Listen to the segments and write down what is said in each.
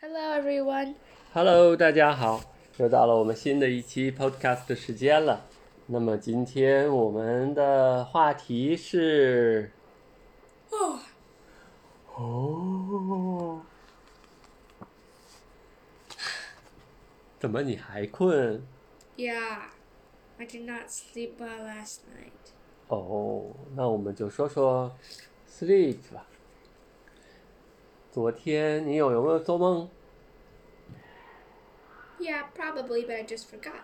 Hello everyone， Hello，大家好，又到了我们新的一期 Podcast 的时间了。那么今天我们的话题是哦，怎么你还困？ Yeah, I did not sleep well last night. 哦，那我们就说说 sleep 吧。昨天你有有没有做梦？ Yeah, probably, but I just forgot.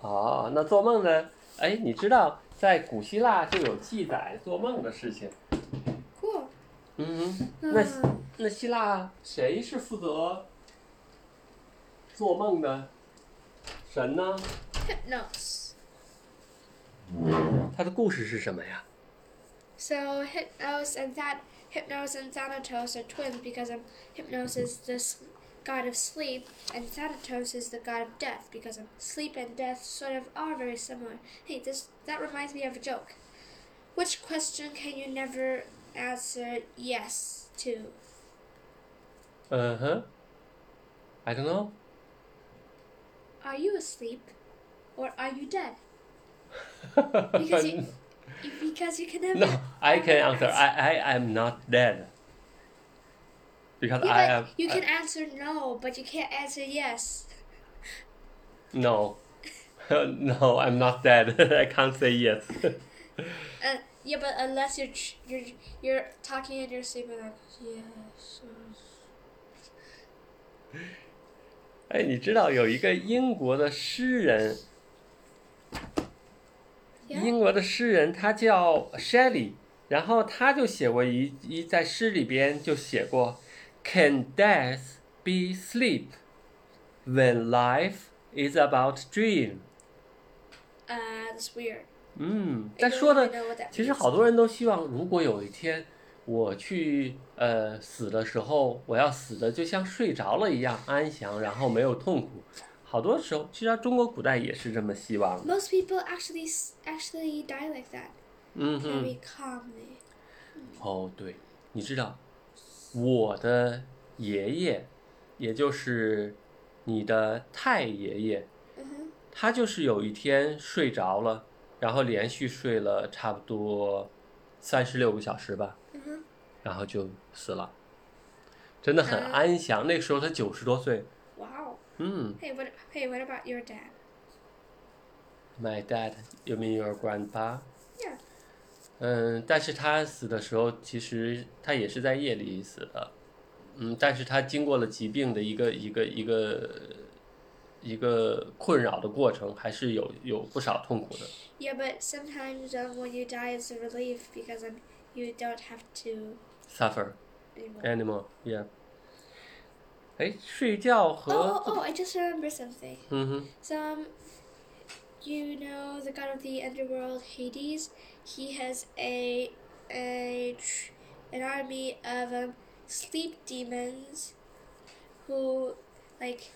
哦，那做梦呢？哎，你知道在古希腊就有记载做梦的事情。 Cool. 嗯哼，那那那希腊谁是负责做梦的神呢？ hypnos. 他的故事是什么呀？ So hypnos and that hypnos and thanatos are twins because um, hypnos is the s- god of sleep and thanatos is the god of death because um, sleep and death sort of are very similar. Hey, this that reminds me of a joke. Which question can you never answer yes to? 嗯哼，I don't know。 Are you asleep, or are you dead? Because you, you because you can never. no, I can answer. I I am not dead. Because Yeah, I but am. you can answer no, but you can't answer yes. no. no, I'm not dead. I can't say yes. Uh, yeah, but unless you're tr- you're you're talking in your sleep and like yes. uh, 哎，你知道有一个英国的诗人， Yeah. 英国的诗人，他叫 Shelley，然后他就写过一一在诗里边就写过，Can death be sleep when life is about dream？ Uh, that's weird. 嗯， I 他 don't 说 really 的 know what that 其实 means. 好多人都希望，如果有一天我去呃死的时候，我要死的就像睡着了一样安详，然后没有痛苦。好多时候，其实中国古代也是这么希望的。 Most people actually s- actually die like that 嗯哼。 very calmly. 哦，对，你知道，我的爷爷，也就是你的太爷爷， Uh-huh. 他就是有一天睡着了，然后连续睡了差不多三十六个小时吧， Uh-huh. 然后就死了，真的很啊安详。那个时候他九十多岁， Wow. 嗯 Hey, what hey, what about your dad? ，My dad, you mean your grandpa？ Yeah. 嗯，但是他死的时候，其实他也是在夜里死的。嗯，但是他经过了疾病的一个一个一个一个困扰的过程，还是有有不少痛苦的。 Yeah, but sometimes um, when you die, it's a relief because um, you don't have to Suffer anymore. animal, yeah。哎，睡觉 oh, 和 oh, oh, I just remember something. 嗯哼， So, um, you know, the god of the underworld, Hades, he has a, a tr- an army of um, sleep demons who, like,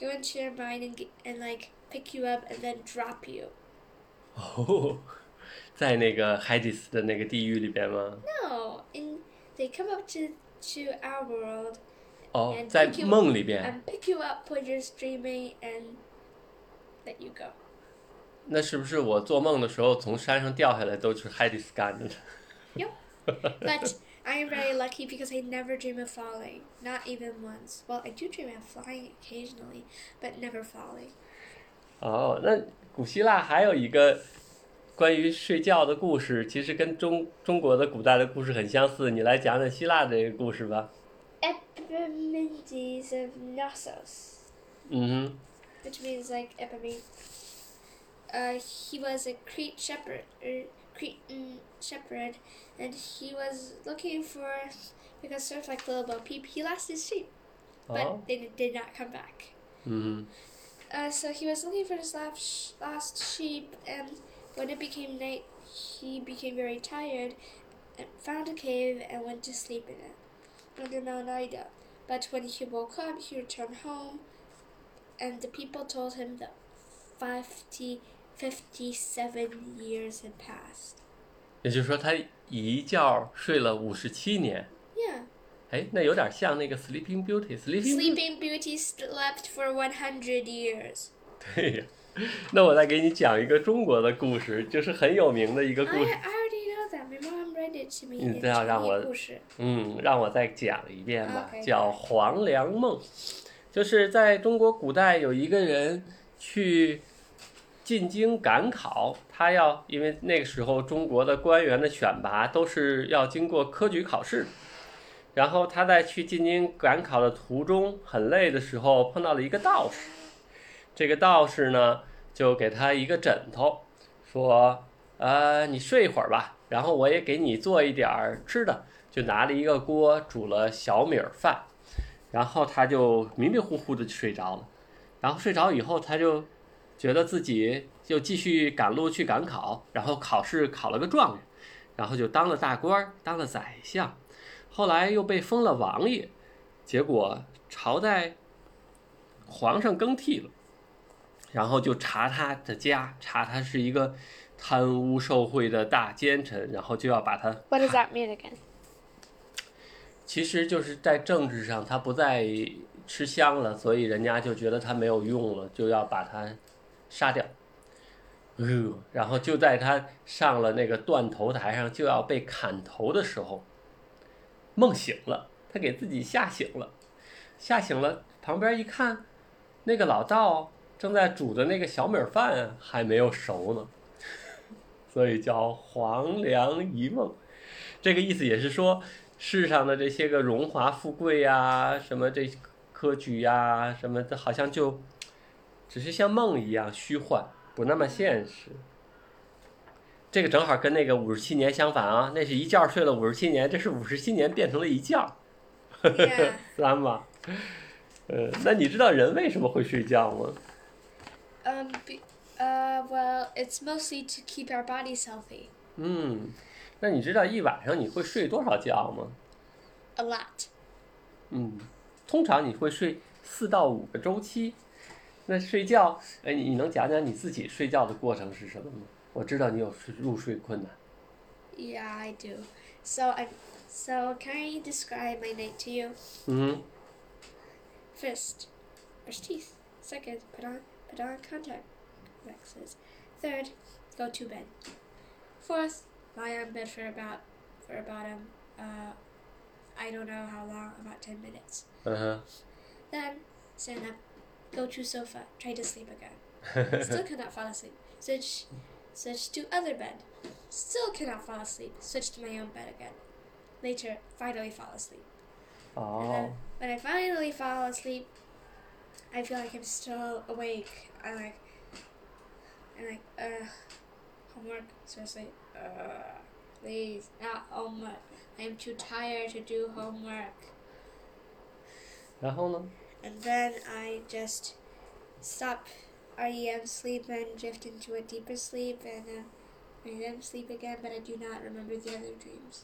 go into your mind and, get, and, like, pick you up and then drop you. 哦， 在那个海底斯的那个地狱里边吗？ No, and they come up to, to our world 哦 And，在 pick you- 梦里边， and pick you up when you're streaming and let you go. 那是不是我做梦的时候从山上掉下来都是海底斯干的？ But I am very lucky because I never dream of falling, not even once. Well, I do dream of flying occasionally, but never falling. 哦，那古希腊还有一个关于睡觉的故事，其实跟中中国的古代的故事很相似。你来讲讲希腊的这个故事吧。 Epimenides of Knossos, 嗯 which means like Epimenes. Uh, he was a Crete shepherd, er, Cretan shepherd, and he was looking for because sort of like Little Bo Peep, he lost his sheep, 哼， but 哦， they did not come back. 嗯 Uh, so he was looking for his last, lost sheep, and when it became night, he became very tired, and found a cave and went to sleep in it, under Mount Ida. But when he woke up, he returned home, and the people told him that 50, 57 years had passed. 也就是说他一觉睡了五十七年。 Yeah, 哎，那有点像那个 Sleeping Beauty，Sleeping Beauty， Sleeping Beauty slept for 100 years. 对呀。 那我再给你讲一个中国的故事，就是很有名的一个 I, 故 I 事。 already know that. My mom read it to me. 你这样让我- in 故事。嗯，让我再讲一遍吧 OK 叫《黄粱梦》，就是在中国古代有一个人去进京赶考，他要因为那个时候中国的官员的选拔都是要经过科举考试，然后他在去进京赶考的途中很累的时候碰到了一个道士，这个道士呢就给他一个枕头，说呃，你睡一会儿吧，然后我也给你做一点儿吃的，就拿了一个锅煮了小米儿饭，然后他就迷迷糊糊的睡着了，然后睡着以后他就觉得自己就继续赶路去赶考，然后考试考了个状元，然后就当了大官儿，当了宰相，后来又被封了王爷，结果朝代皇上更替了，然后就查他的家，查他是一个。贪污受贿的大奸臣，然后就要把他， What does that mean again? 其实就是在政治上他不再吃香了，所以人家就觉得他没有用了，就要把他杀掉。哎呦，然后就在他上了那个断头台上就要被砍头的时候，梦醒了，他给自己吓醒了，吓醒了，旁边一看，那个老道正在煮的那个小米饭啊还没有熟呢， 所以叫黄粱一梦。这个意思也是说，世上的这些个荣华富贵呀、什么这科举呀、什么的，好像就只是像梦一样虚幻，不那么现实。这个正好跟那个五十七年相反啊，那是一觉睡了五十七年，这是五十七年变成了一觉， Yeah. 三吧。呃，那你知道人为什么会睡觉吗？ Um. Be, uh. Well, it's mostly to keep our bodies healthy. 嗯，那你知道一晚上你会睡多少觉吗？ A lot. 嗯，通常你会睡四到五个周期。那睡觉，哎，你你能讲讲你自己睡觉的过程是什么吗？我知道你有睡入睡困难。 Yeah, I do. So I. So can I describe my night to you? 嗯， First, brush teeth. Second, put on put on contact lenses. Third, go to bed. Fourth, lie on bed for about for about um uh I don't know how long, about ten minutes. 嗯 Then stand up, go to sofa, try to sleep again. 哼， Still cannot fall asleep. Switch switch to other bed. Still cannot fall asleep. Switch to my own bed again. Later, finally fall asleep. 然后哦， When I finally fall asleep, I feel like I'm still awake. I like, I like, uh, homework, seriously, uh, please, not homework. I'm too tired to do homework. 然后呢？ And then I just stop REM sleep and drift into a deeper sleep and, uh, I then sleep again, but I do not remember the other dreams.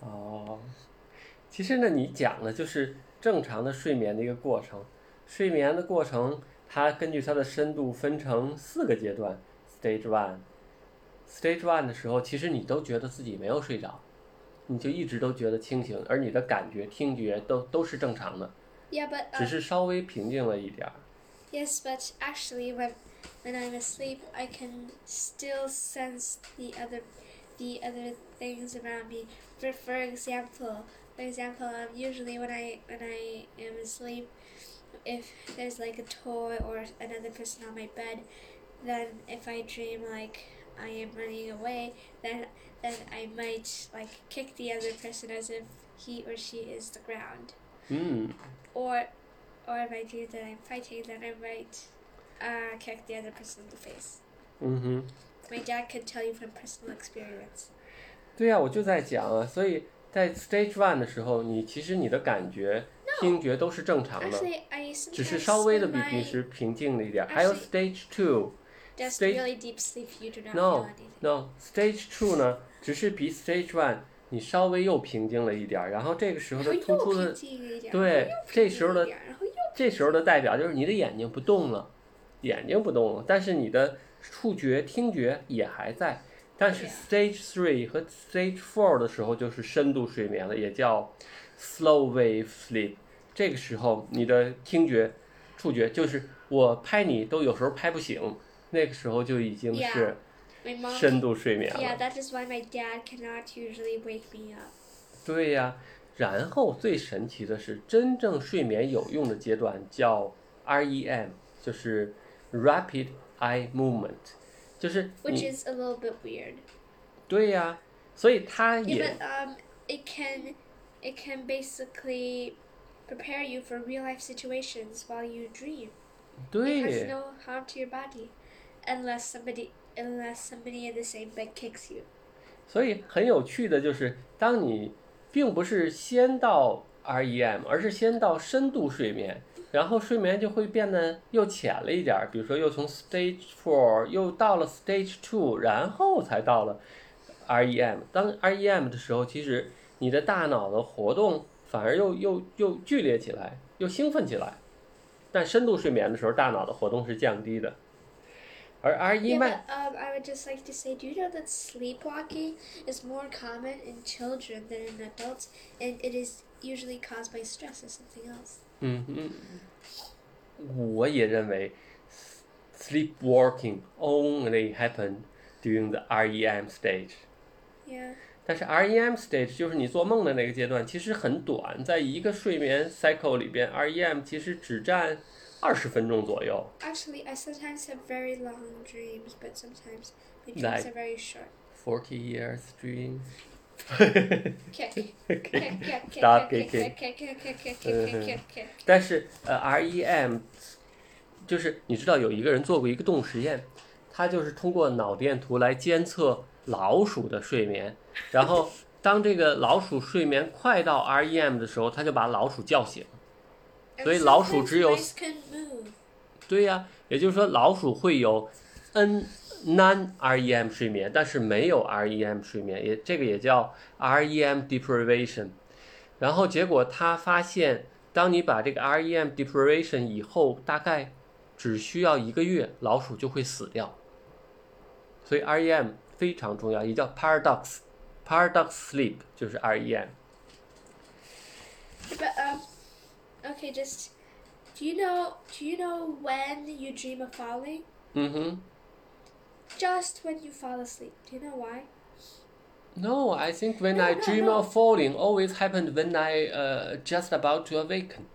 哦，其实呢，你讲的就是正常的睡眠的一个过程。睡眠的过程，它根据它的深度分成四个阶段：stage one。stage one 的时候，其实你都觉得自己没有睡着，你就一直都觉得清醒，而你的感觉、听觉都都是正常的， Yeah, but, uh, 只是稍微平静了一点儿。 Yes, but actually, when when I'm asleep, I can still sense the other the other things around me. For for example, for example, um, usually when I when I am asleep, if there's like a toy or another person on my bed, then if I dream like I am running away, then then I might like kick the other person as if he or she is the ground 嗯， or or if I do that I'm fighting, then I might uh, kick the other person in the face. 嗯哼。 My dad could tell you from personal experience. 对呀、我就在讲啊，所以在 stage one 的时候，你其实你的感觉、听觉都是正常的。 Actually, I sometimes 只是稍微的比 when 平 my 时平静了一点。还有 stage two，no just state- really deep sleep, you do not feel anything. no stage two 呢，只是比 stage one 你稍微又平静了一点儿。然后这个时候哎的突出的，对，这时候的这时候的代表就是你的眼睛不动了，眼睛不动了，但是你的触觉、听觉也还在。但是 stage three 和 stage four 的时候就是深度睡眠了，也叫 slow wave sleep。这个时候，你的听觉、触觉，就是我拍你都有时候拍不醒，那个时候就已经 Yeah. 是 My mom. 深度睡眠 Yeah, 了。 that is why my dad cannot usually wake me up. 对呀、然后最神奇的是，真正睡眠有用的阶段叫 REM，就是 rapid eye movement，就是你 which is a little bit weird. 对呀、所以它 Yeah, 也 but um, it can, it can basically prepare you for real life situations while you dream. It has 对 no harm to your body, unless somebody, unless somebody in the same bed kicks you. 所以很有趣的就是，当你并不是先到 REM，而是先到深度睡眠，然后睡眠就会变得又浅了一点儿，比如说又从 Stage Four 又到了 Stage Two，然后才到了 REM。当 REM 的时候，其实你的大脑的活动反而又又又剧烈起来，又兴奋起来。但深度睡眠的时候，大脑的活动是降低的，而 E Yeah, REM but um, I would just like to say, do you know that sleepwalking is more common in children than in adults, and it is usually caused by stress or something else. 嗯嗯，我也认为 sleepwalking only happen during the REM stage。 Yeah. 但是 REM stage 就是你做梦的那个阶段，其实很短，在一个睡眠 cycle 里边，REM 其实只占二十分钟左右。 Actually, I sometimes have very long dreams, but sometimes my dreams Like- are very short.。Forty years dream Okay. Okay. Stop Stop kicking. 但是呃，REM 就是你知道有一个人做过一个动物实验，他就是通过脑电图来监测老鼠的睡眠，然后当这个老鼠睡眠快到 REM 的时候，他就把老鼠叫醒。所以老鼠只有- mice couldn't move. 对呀、也就是说老鼠会有 N non REM 睡眠，但是没有 REM 睡眠，也这个也叫 REM deprivation。然后结果他发现，当你把这个 REM deprivation 以后，大概只需要一个月，老鼠就会死掉。所以 REM 非常重要，也叫 paradox，paradox sleep 就是 E REM。 But um, okay, just do you know do you know when you dream of falling? 嗯哼。 Just when you fall asleep. Do you know why? No, I think when No, I no, dream no. of falling, always happened when I uh, just about to awaken.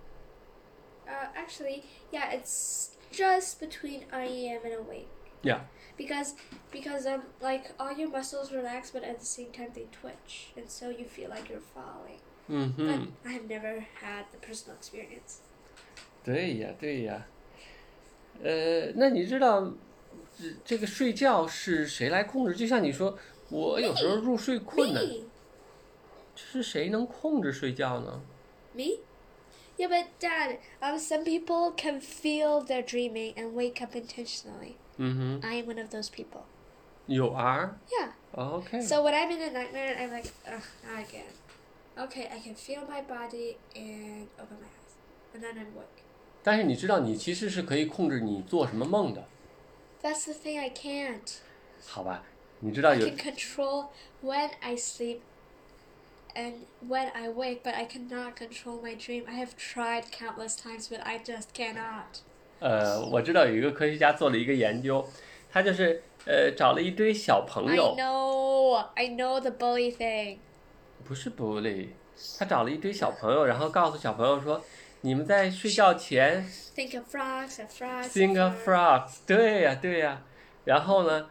Uh, actually, yeah, it's just between REM and awake. Yeah. Because because um like all your muscles relax, but at the same time they twitch, and so you feel like you're falling. 嗯 But 哼， I have never had the personal experience. 对呀，对呀。呃，那你知道这这个睡觉是谁来控制？就像你说，我有时候入睡困难， Me, 这是谁能控制睡觉呢？ me. Yeah, but Dad, um, some people can feel their dreaming and wake up intentionally. 嗯 I am one of those people. Mm. 哼，You are Yeah. OK。 So when I'm in a nightmare, I'm like, ugh, not again. Okay, I can feel my body and open my eyes, and then I'm awake. 但是你知道，你其实是可以控制你做什么梦的， That's the thing I can't. 好吧？你知道 I 有 can control when I sleep and when I wake, but I cannot control my dream. I have tried countless times, but I just cannot. 呃，我知道有一个科学家做了一个研究，他就是呃找了一堆小朋 I 友， know. I know the bully thing. 不是 bully，他找了一堆小朋友，然后告诉小朋友说，你们在睡觉前 Think of frogs, of frogs. of sing a frogs. frogs，对呀、对呀、然后呢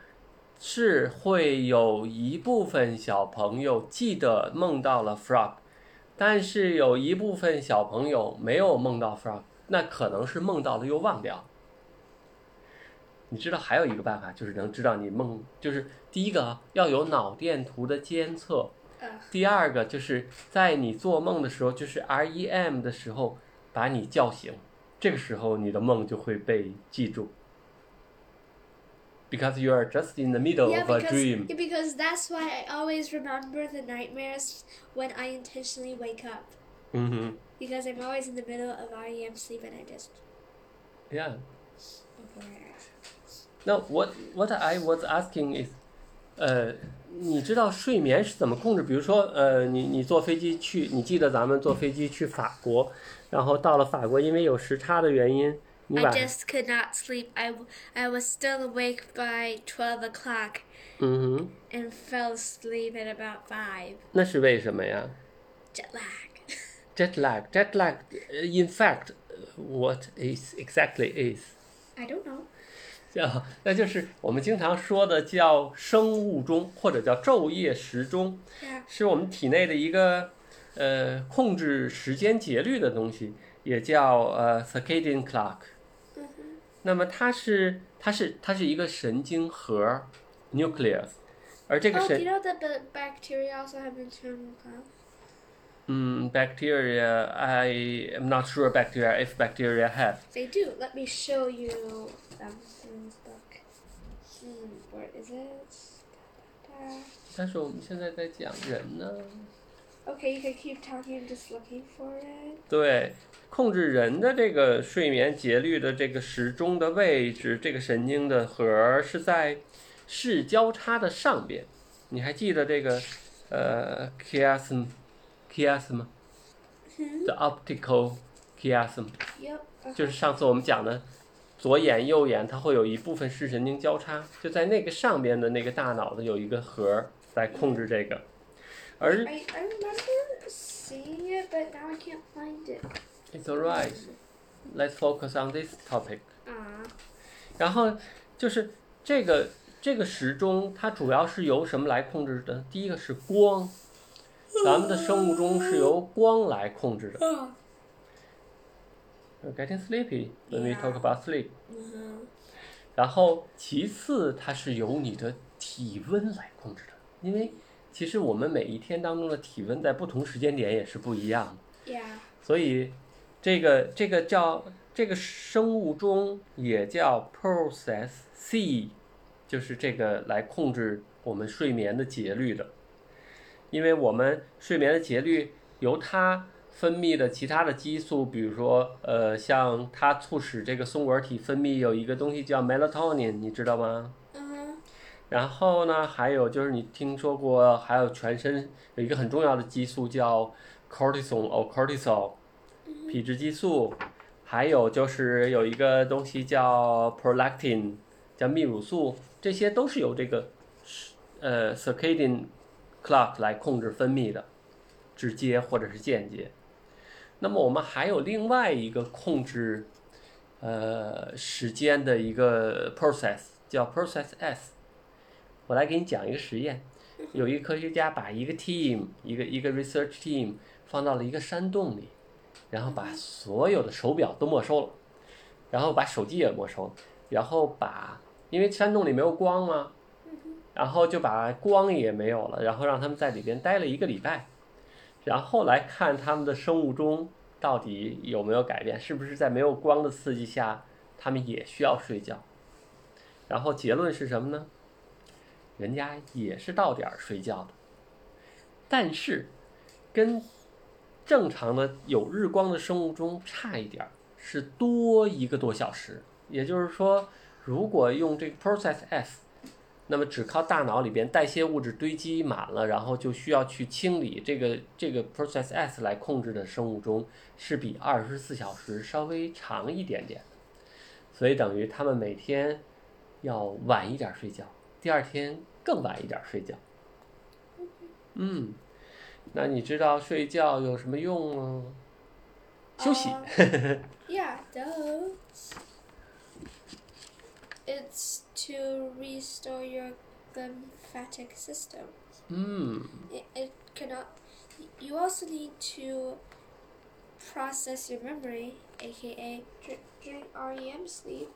是会有一部分小朋友记得梦到了 frog，但是有一部分小朋友没有梦到 frog，那可能是梦到了又忘掉。你知道还有一个办法，就是能知道你梦，就是第一个啊要有脑电图的监测， Ugh. 第二个就是在你做梦的时候，就是 REM 的时候，把你叫醒，这个时候你的梦就会被记住。Because you are just in the middle Yeah, of a because dream. yeah, because that's why I always remember the nightmares when I intentionally wake up. 嗯哼 Because I'm always in the middle of REM sleep and I just ，Yeah. open my eyes. No, what what I was asking is, 呃，你知道睡眠是怎么控制？比如说，呃，你你坐飞机去，你记得咱们坐飞机去法国，然后到了法国，因为有时差的原因，你 I 晚 just could not sleep. I, w- I was still awake by 12 o'clock 嗯哼， and fell asleep at about 5. 那是为什么呀 Jet lag. ？Jet lag，jet lag。In fact，what is exactly is？ I don't know. 叫那就是我们经常说的叫生物钟，或者叫昼夜时钟。 Yeah. 是我们体内的一个呃控制时间节律的东西，也叫呃 circadian clock。那 Mm-hmm. 么它是它是它是一个神经核 nucleus，而这个 Oh, do you 神 know that the bacteria also have internal clock? 嗯 bacteria I am not sure bacteria if bacteria have They do. Let me show you them in this book. Hmm, where is it? Da, da, 但是我们现在在讲人呢， da. Okay, you can keep talking. I'm just looking for it. 对。控制人的这个睡眠节律的这个时钟的位置，这个神经的核是在视交叉的上边。你还记得这个呃 chiasm chiasm 吗？The optical chiasm Yep. uh, 就是上次我们讲的左眼右眼，它会有一部分视神经交叉，就在那个上边的那个大脑的有一个核在控制这个，而 I, I remember seeing it, but now I can't find it. it's alright. Let's focus on this topic. Ah. 然后就是这个这个时钟，它主要是由什么来控制的？第一个是光，咱们的生物钟是由光来控制的。 Oh. We're getting sleepy when we talk Yeah. about sleep。 Uh-huh. 然后其次，它是由你的体温来控制的，因为其实我们每一天当中的体温在不同时间点也是不一样的。 Yeah. 所以这个这个叫这个生物钟也叫 process C，就是这个来控制我们睡眠的节律的，因为我们睡眠的节律由它。分泌的其他的激素，比如说，呃，像它促使这个松果体分泌有一个东西叫 melatonin，你知道吗？ Uh-huh. 然后呢，还有就是你听说过，还有全身有一个很重要的激素叫 cortisol 哦 cortisol，皮质激素，还有就是有一个东西叫 prolactin，叫泌乳素，这些都是由这个呃 circadian clock 来控制分泌的，直接或者是间接。那么我们还有另外一个控制呃时间的一个 process 叫 process S。我来给你讲一个实验，有一科学家把一个 team 一个一个 research team 放到了一个山洞里，然后把所有的手表都没收了，然后把手机也没收了，然后把因为山洞里没有光嘛，然后就把光也没有了，然后让他们在里边待了一个礼拜，然后来看他们的生物钟到底有没有改变，是不是在没有光的刺激下，他们也需要睡觉。然后结论是什么呢？人家也是到点儿睡觉的，但是跟正常的有日光的生物钟差一点儿，是多一个多小时。也就是说，如果用这个 Process S，那么只靠大脑里边代谢物质堆积满了，然后就需要去清理这个这个 Process S 来控制的生物钟，是比二十四小时稍微长一点点的。所以等于他们每天要晚一点儿睡觉，第二天更晚一点儿睡觉。嗯，那你知道睡觉有什么用吗？休息。 Yeah, duh. It's to restore your lymphatic system. 嗯 It, it cannot. You also need to process your memory, aka dur- during REM E sleep.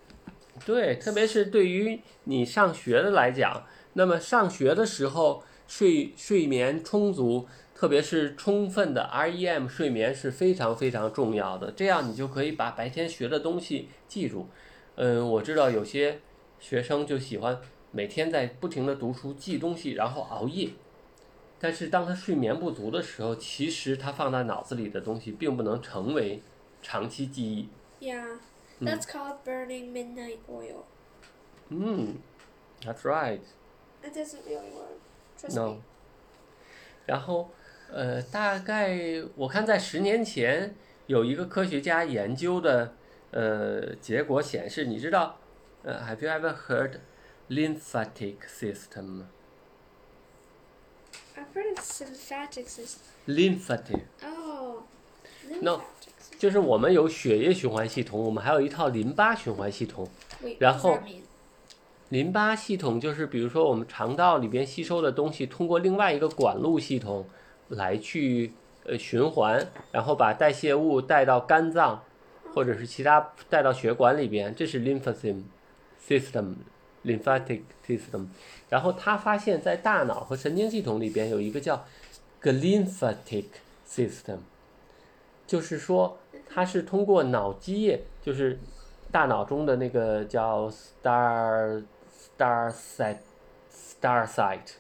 对，特别是对于你上学的来讲，那么上学的时候睡睡眠充足，特别是充分的 REM 睡眠是非常非常重要的。这样你就可以把白天学的东西记住。嗯，我知道有些学生就喜欢每天在不停的读书记东西，然后熬夜。但是当他睡眠不足的时候，其实他放在脑子里的东西并不能成为长期记忆。 Yeah, Hmm. that's called burning midnight oil. 嗯，That's right。 That doesn't really work. Trust no me.。然后，呃，大概我看在十年前有一个科学家研究的，呃，结果显示，你知道，呃，Have you ever heard lymphatic system 吗 I've heard of symphatic system. ？lymphatic Oh. No. lymphatic system. 就是我们有血液循环系统，我们还有一套淋巴循环系统。 Wait, what Ra does hậu. that mean? 淋巴系统就是，比如说我们肠道里边吸收的东西，通过另外一个管路系统来去呃循环，然后把代谢物带到肝脏，或者是其他带到血管里边，这是 lymphosystem system lymphatic system。然后他发现，在大脑和神经系统里边有一个叫 glymphatic system，就是说它是通过脑积液，就是大脑中的那个叫 star star site star site，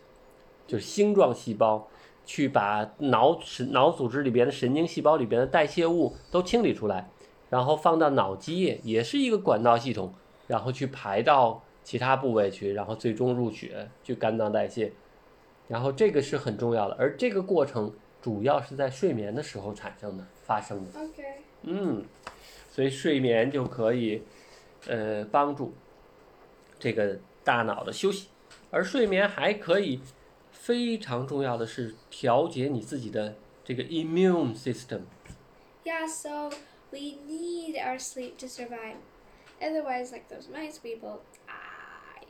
就是星状细胞，去把脑神脑组织里边的神经细胞里边的代谢物都清理出来，然后放到脑积液，也是一个管道系统，然后去排到其他部位去，然后最终入血去肝脏代谢，然后这个是很重要的，而这个过程主要是在睡眠的时候产生的发生的。 Okay. 嗯，所以睡眠就可以，呃，帮助这个大脑的休息，而睡眠还可以非常重要的是调节你自己的这个 immune system。 Yeah, so we need our sleep to survive. Otherwise, like those mice people, die.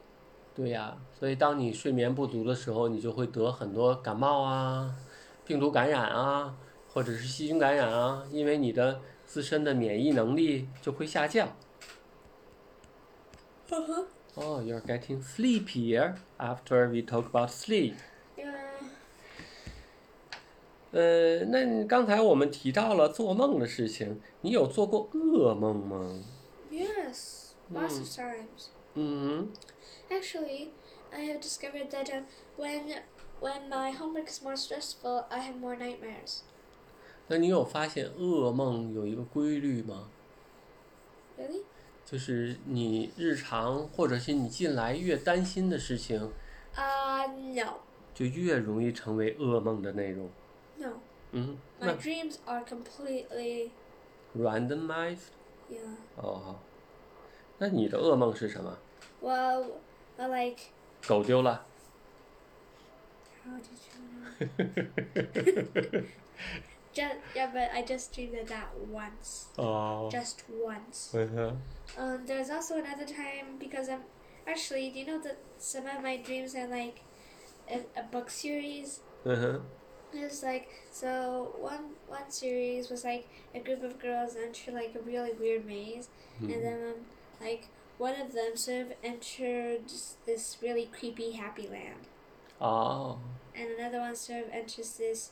对呀、所以当你睡眠不足的时候，你就会得很多感冒啊、病毒感染啊，或者是细菌感染啊，因为你的自身的免疫能力就会下降。 Uh-huh. 哦、y o u r e getting sleepier after we talk about sleep. Yeah. 呃，那你刚才我们提到了做梦的事情，你有做过噩梦吗？ Yes, lots of Hmm. times. 嗯， Actually, I have discovered that um, when when my homework is more stressful, I have more nightmares. 那你有发现噩梦有一个规律吗？ Really? 就是你日常或者是你近来越担心的事情， Uh, no, 就越容易成为噩梦的内容。 no. 嗯， My 那 dreams are completely randomized yeah. 哦，那你的噩梦是什么？ Well, uh, like 狗丢了， how did you know? Just yeah, but I just dreamed of that once, 哦， just once. 嗯哼， Um, there's also another time because I'm actually. Do you know that some of my dreams are like a, a book series? 嗯哼， It was like so one one series was like a group of girls enter like a really weird maze, 嗯 Mm-hmm. and then um, like one of them sort of entered this really creepy happy land, 哦， and another one sort of enters this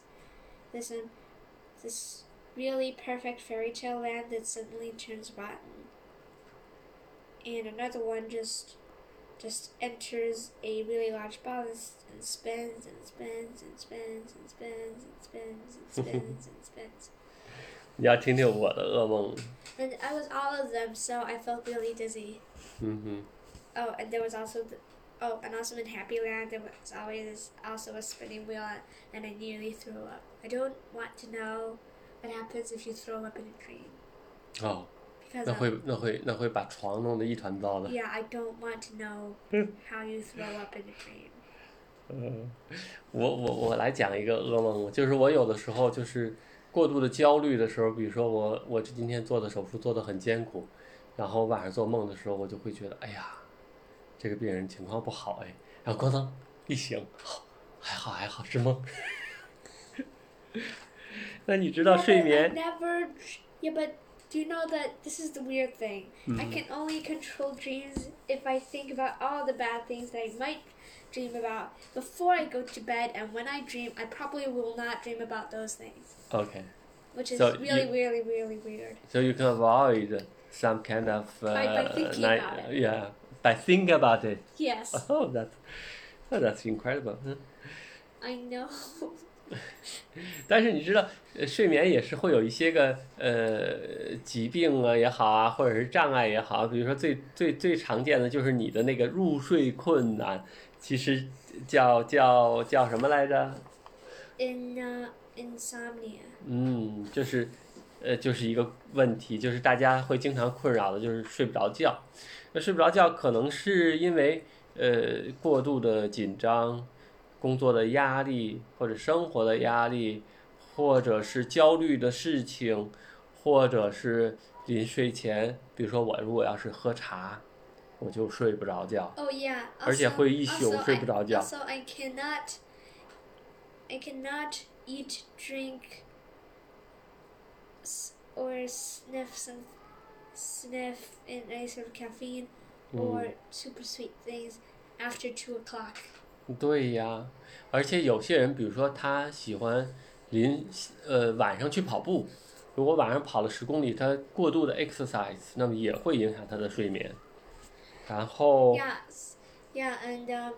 this um, this really perfect fairy tale land that suddenly turns rotten, and another one just just enters a really large ball and s- and spins and spins and spins and spins and spins and spins and spins. 你要听听我的噩梦。 And I was all of them, so I felt really dizzy. 嗯哼。 Oh, and there was also the, oh, and also in Happy Land there was always also a spinning wheel, and I nearly threw up. I don't want to know what happens if you throw up in a dream 哦， because 那 um, 会那会那会把床弄得一团糟的。 yeah, I don't want to know how you throw up in a dream. 我我我来讲一个噩梦，就是我有的时候就是过度的焦虑的时候，比如说我我今天做的手术做的很艰苦，然后晚上做梦的时候，我就会觉得哎呀，这个病人情况不好哎，然后咣当一醒，好还好还好是梦。 那你知道 Yeah, 睡 but I 眠 never. dr- Yeah, but do you know that this is the weird thing? I Mm-hmm. 嗯 can only control dreams if I think about all the bad things that I might dream about before I go to bed, and when I dream, I probably will not dream about those things, ？OK， which is So really, you- really, really weird. So you can avoid some kind of uh, By- by thinking night- about it. Yeah, by thinking about it. Yes, 嗯 Oh, that's oh, that's incredible. I know. 但是你知道，呃睡眠也是会有一些个呃疾病啊也好啊，或者是障碍也好，比如说最最最常见的就是你的那个入睡困难，其实叫叫叫什么来着？ In uh, insomnia. 嗯，就是，呃，就是一个问题，就是大家会经常困扰的，就是睡不着觉。那睡不着觉，可能是因为呃过度的紧张、工作的压力，或者生活的压力，或者是焦虑的事情，或者是临睡前，比如说我如果要是喝茶，我就睡不着觉。 Oh yeah. 而且会一宿 also, 睡不着觉。 I, also, I cannot. I cannot eat, drink, s- or sniff some, sniff any sort of caffeine Mm. or super sweet things after two o'clock. 对呀，而且有些人，比如说他喜欢临呃晚上去跑步，如果晚上跑了十公里，他过度的 exercise，那么也会影响他的睡眠。然后 Yeah, s- yeah, and um,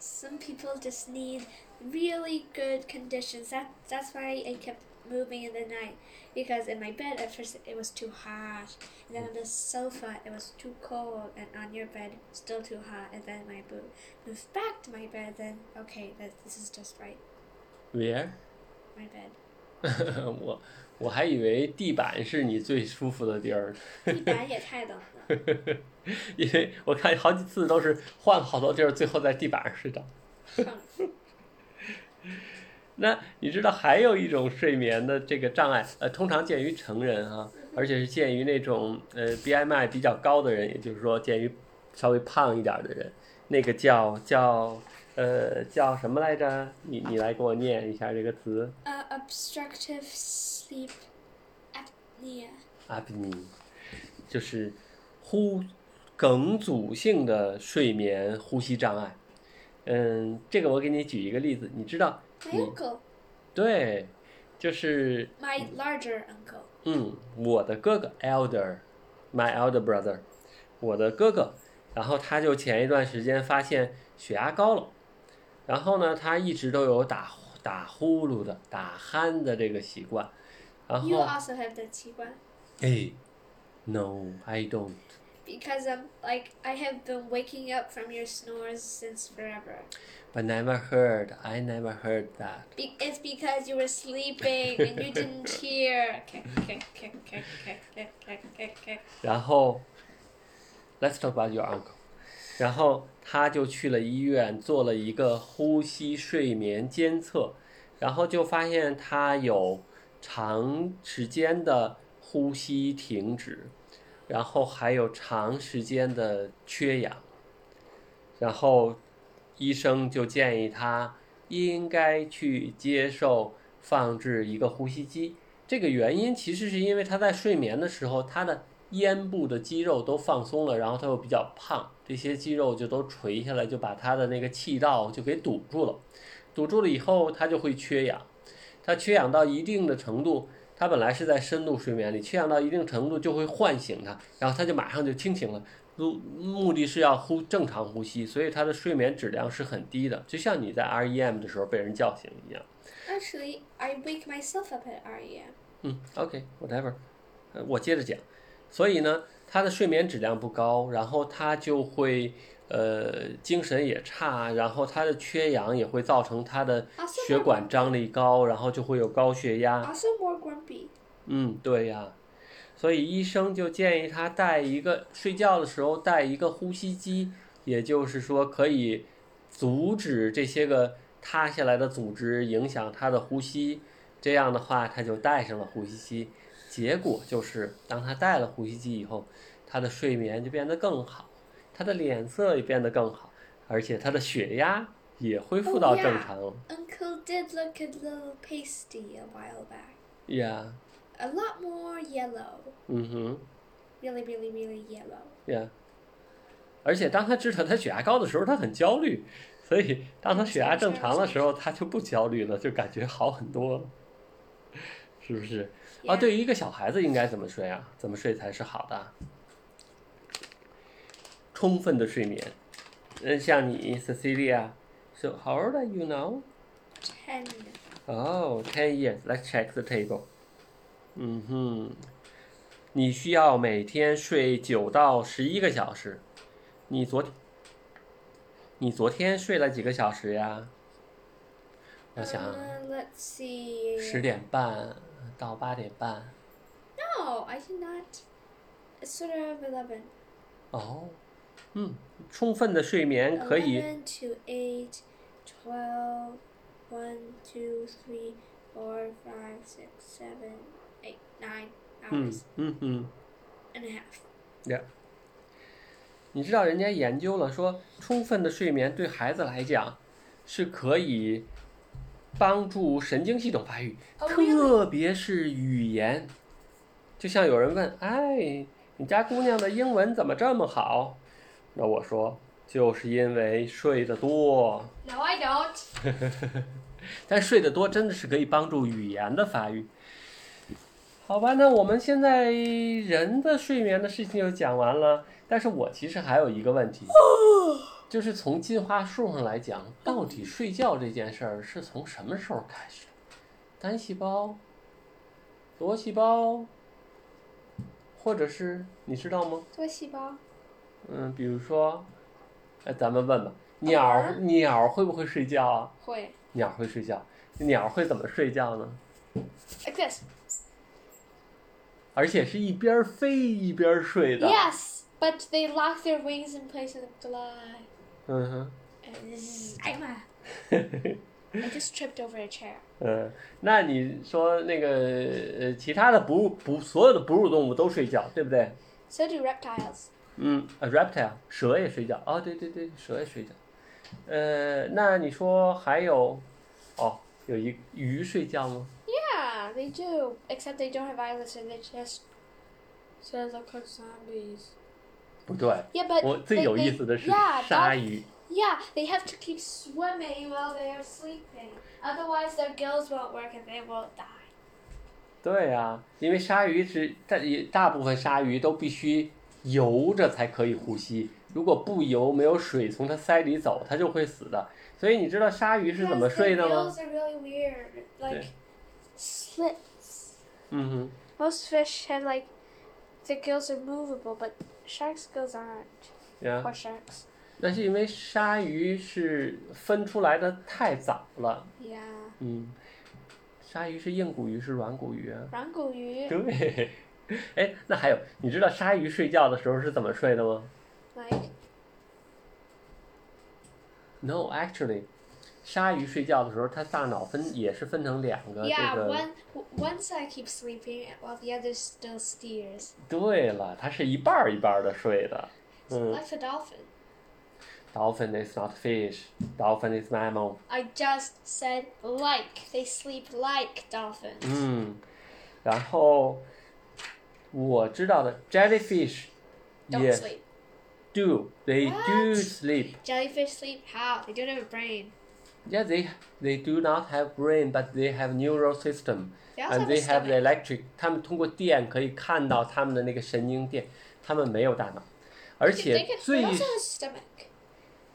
some people just need really good conditions. That that's why I kept moving in the night because in my bed at first it was too hot, and then on the sofa it was too cold, and on your bed still too hot, and then my boo moved back to my bed. Then okay, that, this is just right, where？ my bed. 我我还以为地板是你最舒服的地儿，地板也太冷了。 因为我看好几次都是换了好多地儿，最后在地板上睡着。那你知道还有一种睡眠的这个障碍，呃，通常见于成人啊，而且是见于那种呃 BMI 比较高的人，也就是说见于稍微胖一点儿的人，那个叫叫呃叫什么来着？你你来给我念一下这个词 uh, obstructive sleep apnea. 阿比尼，就是呼梗阻性的睡眠呼吸障碍。嗯，这个我给你举一个例子，你知道， My Mm. uncle, 对，就是 my larger uncle. 嗯，我的哥哥 elder，my elder brother，我的哥哥，然后他就前一段时间发现血压高了，然后呢，他一直都有打打呼噜的、打鼾的这个习惯，然 You 后 also have that 习惯哎，no，I don't， because um like I have been waking up from your snores since forever. but never heard，I never heard that。 Be- it's because you were sleeping and you didn't hear. Okay, okay, okay, okay, okay, okay, okay, okay, okay. 然后，Let's talk about your uncle。然后他就去了医院做了一个呼吸睡眠监测，然后就发现他有长时间的呼吸停止，然后还有长时间的缺氧，然后医生就建议他应该去接受放置一个呼吸机。这个原因其实是因为他在睡眠的时候，他的咽部的肌肉都放松了，然后他又比较胖，这些肌肉就都垂下来，就把他的那个气道就给堵住了。堵住了以后，他就会缺氧。他缺氧到一定的程度，他本来是在深度睡眠里，缺氧到一定程度就会唤醒他，然后他就马上就清醒了。目目的是要呼正常呼吸，所以他的睡眠质量是很低的，就像你在 REM 的时候被人叫醒一样。 Actually, I wake myself up at E REM. 嗯，OK，whatever，、呃，我接着讲。所以呢，他的睡眠质量不高，然后他就会呃精神也差，然后他的缺氧也会造成他的 Also 血 more 管张力高，然后就会有高血压。 Also more grumpy. 嗯，对呀，所以医生就建议他带一个睡觉的时候带一个呼吸机，也就是说可以阻止这些个塌下来的组织影响他的呼吸。这样的话，他就带上了呼吸机。结果就是，当他带了呼吸机以后，他的睡眠就变得更好，他的脸色也变得更好，而且他的血压也恢复到正常了。 Uncle did look a little pasty a while back. Yeah， A lot more yellow. 嗯哼。 Really, really, really yellow. 对呀，而且当他知道他血压高的时候，他很焦虑，所以当他血压正常的时候，他就不焦虑了，就感觉好很多了，是不是？啊， Yeah. 对于一个小孩子应该怎么睡啊？怎么睡才是好的啊？充分的睡眠。呃嗯，像你 Cecilia，so how old are you now？ Ten. Oh, ten years. Let's check the table. 嗯哼，你需要每天睡九到十一个小时。你昨天，你昨天睡了几个小时呀？我想 Uh, let's see. 十点半到八点半。 No, I did not. It's sort of 11. 哦，嗯，充分的睡眠可以。 11 to 8, 12, 1, 2, 3, 4, 5, 6, 7, 8, 9嗯 hours 嗯嗯。 and a half. 你知道人家研究了说，充分的睡眠对孩子来讲是可以帮助神经系统发育， Oh, really? 特别是语言。就像有人问：“哎，你家姑娘的英文怎么这么好？”那我说：“就是因为睡得多。 No, I don't. ”但睡得多真的是可以帮助语言的发育。好吧，那我们现在人的睡眠的事情就讲完了，但是我其实还有一个问题，就是从进化树上来讲，到底睡觉这件事儿是从什么时候开始的？单细胞、多细胞，或者是你知道吗？多细胞。嗯，比如说，哎，咱们问吧，鸟鸟会不会睡觉啊？会鸟会睡觉，鸟会怎么睡觉呢？ like this. 而且是一边飞一边睡的。 Yes, but they lock their wings in place and glide. 嗯哼， And zzz, I'm a- I just tripped over a chair. 嗯，那你说那个呃，其他的哺乳哺所有的哺乳动物都睡觉，对不对？ So do reptiles. 嗯呃，reptile 蛇也睡觉。哦，对对对，蛇也睡觉。呃，那你说还有，哦，有一鱼睡觉吗？ Yeah, they do. Except they don't have eyelids and they just sort of look like zombies. 不对， Yeah, but 我最 they- 有 they- 意思的是 yeah, 鲨 dolphins- 鱼。 Yeah, they have to keep swimming while they are sleeping. Otherwise, their gills won't work and they will die. 对呀、因为鲨鱼是大也大部分鲨鱼都必须游着才可以呼吸，如果不游，没有水从它鳃里走，它就会死的。所以你知道鲨鱼是怎么 Because 睡 their 的吗？ gills are really weird, like Yeah. slits. 嗯哼， Most fish have like their gills are movable, but sharks' gills aren't. 呀、 Or sharks. 那是因为鲨鱼是分出来的太早了。 Yeah. 嗯，鲨鱼是硬骨鱼，是软骨鱼啊？软骨鱼对。 哎，那还有，你知道鲨鱼睡觉的时候是怎么睡的吗？ like No, actually，鲨鱼睡觉的时候，它大脑分也是分成两个 yeah, 这个。 one w- one side keeps sleeping while the other still steers, 对了，它是一半儿一半儿的睡的。嗯 like the dolphin. ，Dolphin is not fish, dolphin is mammal。 I just said like they sleep like dolphins. 嗯，然后我知道的 jellyfish Don't yes sleep. do they do What? sleep. Jellyfish sleep how? They don't have a brain. Yeah, they they do not have brain, but they have neural system. They also And have a they have the stomach. electric，他们通过电可以看到他们的那个神经电，他们没有大脑，而 They, 且 can, 最 they also have a stomach.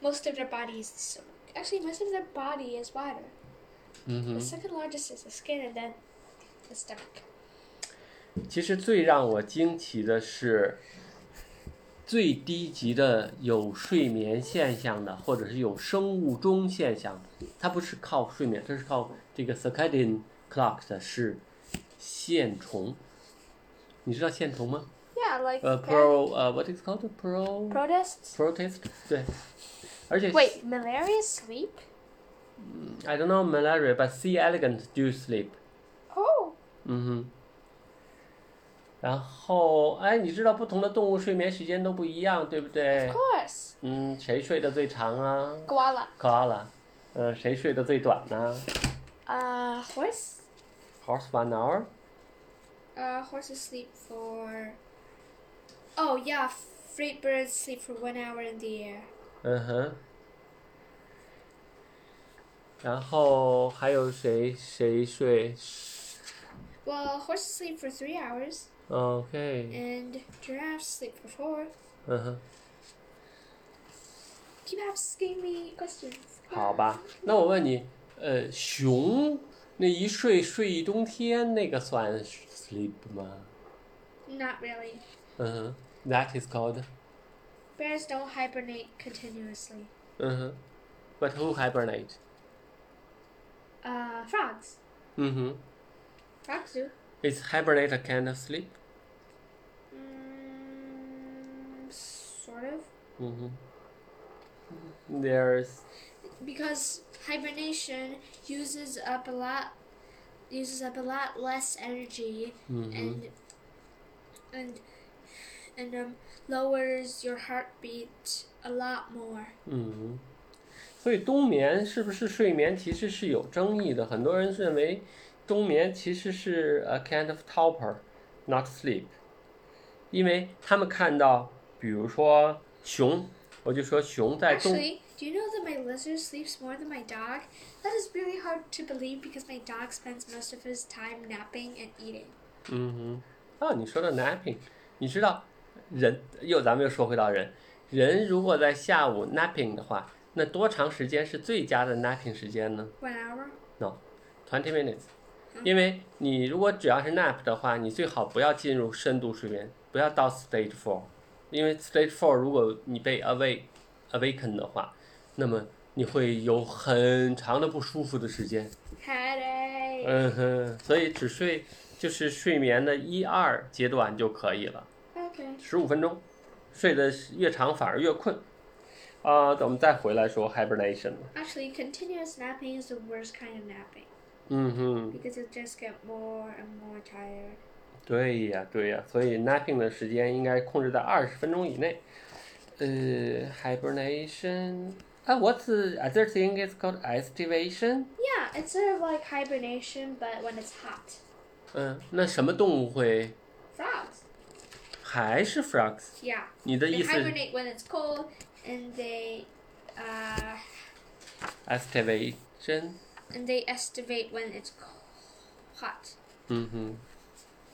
Most of their body is the stomach. Actually, most of their body is water. 嗯哼 The。second largest is the skin, and then the stomach. 其实最让我惊奇的是，最低级的有睡眠现象的，或者是有生物钟现象的，它不是靠睡眠，它是靠这个 circadian clock 的是线虫。你知道线虫吗？ Yeah, like 呃、 that. p r o 呃、w h a t is called pro protists. protest？对，而且 Wait, malaria sleep? I don't know malaria，but C elegant do sleep。 Oh, 嗯哼。然后，哎，你知道不同的动物睡眠时间都不一样，对不对 of？course. 嗯，谁睡得最长啊 Koala. ？Koala。呃，谁睡得最短呢 Uh, horse. ？Horse one hour。 Uh, horses sleep for. Oh yeah, free birds sleep for one hour in the air. 嗯哼。然后还有谁谁睡 Well, horses sleep for three hours, 哦？OK。 and giraffes sleep for four. 嗯哼， Keep asking me questions. 好吧。那我问你，呃，熊那一睡睡一冬天，那个算 sleep 吗？ Not really. 嗯哼，That is called。 Bears don't hibernate continuously. 嗯哼，But who hibernate？ Uh, frogs. 嗯哼 Frogs do. ，Is hibernate a kind of sleep？ Mm, sort of. 嗯哼，There's Because hibernation uses up a lot, uses up a lot less energy, and and and um, lowers your heartbeat a lot more. 嗯，所以冬眠是不是睡眠其实是有争议的。很多人认为冬眠其实是 a kind of torpor, not sleep，因为他们看到，比如说熊，我就说熊在冬， Actually, do you know that my lizard sleeps more than my dog? That is really hard to believe because my dog spends most of his time napping and eating. 嗯哼，啊，你说到 napping，你知道人又咱们又说回到人，人如果在下午 napping 的话，那多长时间是最佳的 napping 时间呢？ One hour? No, twenty minutes。因为你如果只要是 nap 的话，你最好不要进入深度睡眠，不要到 stage four，因为 stage four 如果你被 awake awaken 的话，那么你会有很长的不舒服的时间。 Headache. 嗯哼，所以只睡就是睡眠的一二阶段就可以了， Okay. 十五分钟，睡得越长反而越困。啊、我们再回来说 hibernation。 Actually, continuous napping is the worst kind of napping 嗯哼。 because you just get more and more tired. 对呀，对呀，所以 napping 的时间应该控制在二十分钟以内。呃，hibernation 啊，what's the other thing is called estivation？ Yeah, it's sort of like hibernation, but when it's hot. 嗯，那什么动物会 Frogs. 还是 frogs？ Yeah. 你的 They 意思 hibernate when it's cold, and they, uh, estivation？ and they estivate when it's co- hot. 嗯哼，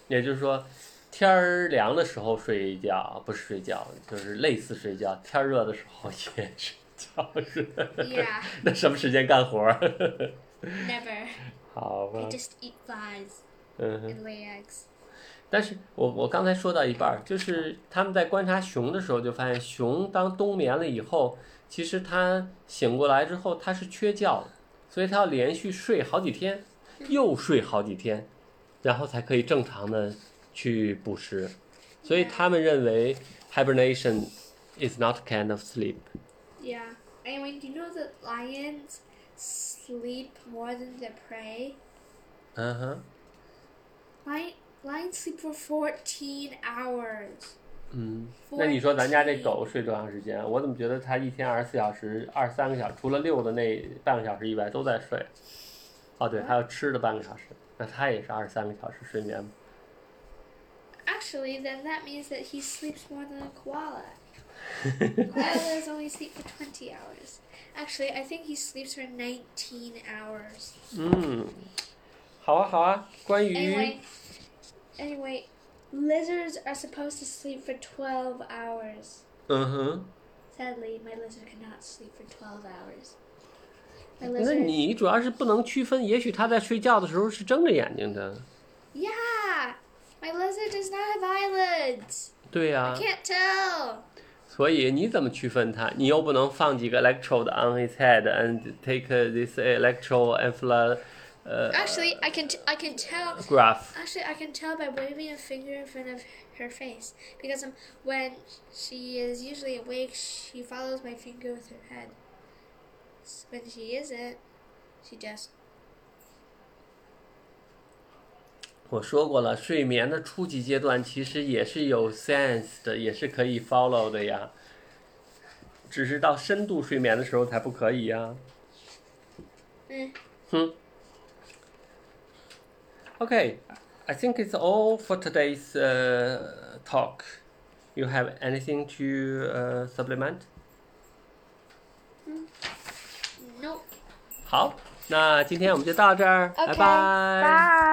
也就是说，天儿凉的时候睡一觉，不是睡觉，就是类似睡觉；天儿热的时候也睡觉，是吧 Yeah. 那什么时间干活儿？ Never. 好吧 I，just eat flies 嗯哼。 and lay eggs. 但是我我刚才说到一半儿，就是他们在观察熊的时候，就发现熊当冬眠了以后，其实它醒过来之后，它是缺觉的，所以它要连续睡好几天，又睡好几天，然后才可以正常的去捕食。所以他们认为 hibernation is not kind of sleep。 Yeah. Anyway, do you know that lions sleep more than their prey? 嗯哼， Lion, lions sleep for 14 hours. 嗯， 14那你说咱家这狗睡多长时间啊？我怎么觉得它一天二十四小时、二三个小时，除了遛的那半个小时以外都在睡？哦，对，还有吃的半个小时，那它也是二十三个小时睡眠吗？ Actually, then that means that he sleeps more than a koala. Koalas only sleep for 20 hours. Actually, I think he sleeps for 19 hours. 嗯，好啊，好啊。关于 Anyway, anyway, lizards are supposed to sleep for 12 hours. 嗯哼， Sadly, my lizard cannot sleep for 12 hours. My 那 lizard. 你主要是不能区分，也许它在睡觉的时候是睁着眼睛的。 Yeah! My lizard does not have eyelids! 对呀、 Can't tell! 所以你怎么区分它？你又不能放几个 electrode on his head and take uh, this electroencephalograph。 Actually, I can, t- I can tell. Actually, I can tell by waving a finger in front of her face because um, when she is usually awake, she follows my finger with her head. S- When she isn't, she just 我说过了，睡眠的初级阶段其实也是有 sense 的，也是可以 follow 的呀。只是到深度睡眠的时候才不可以呀。嗯哼。Okay, I think it's all for today's uh, talk. You have anything to uh, supplement? nope. 好，那今天我们就到这儿，拜 Okay, 拜。 bye.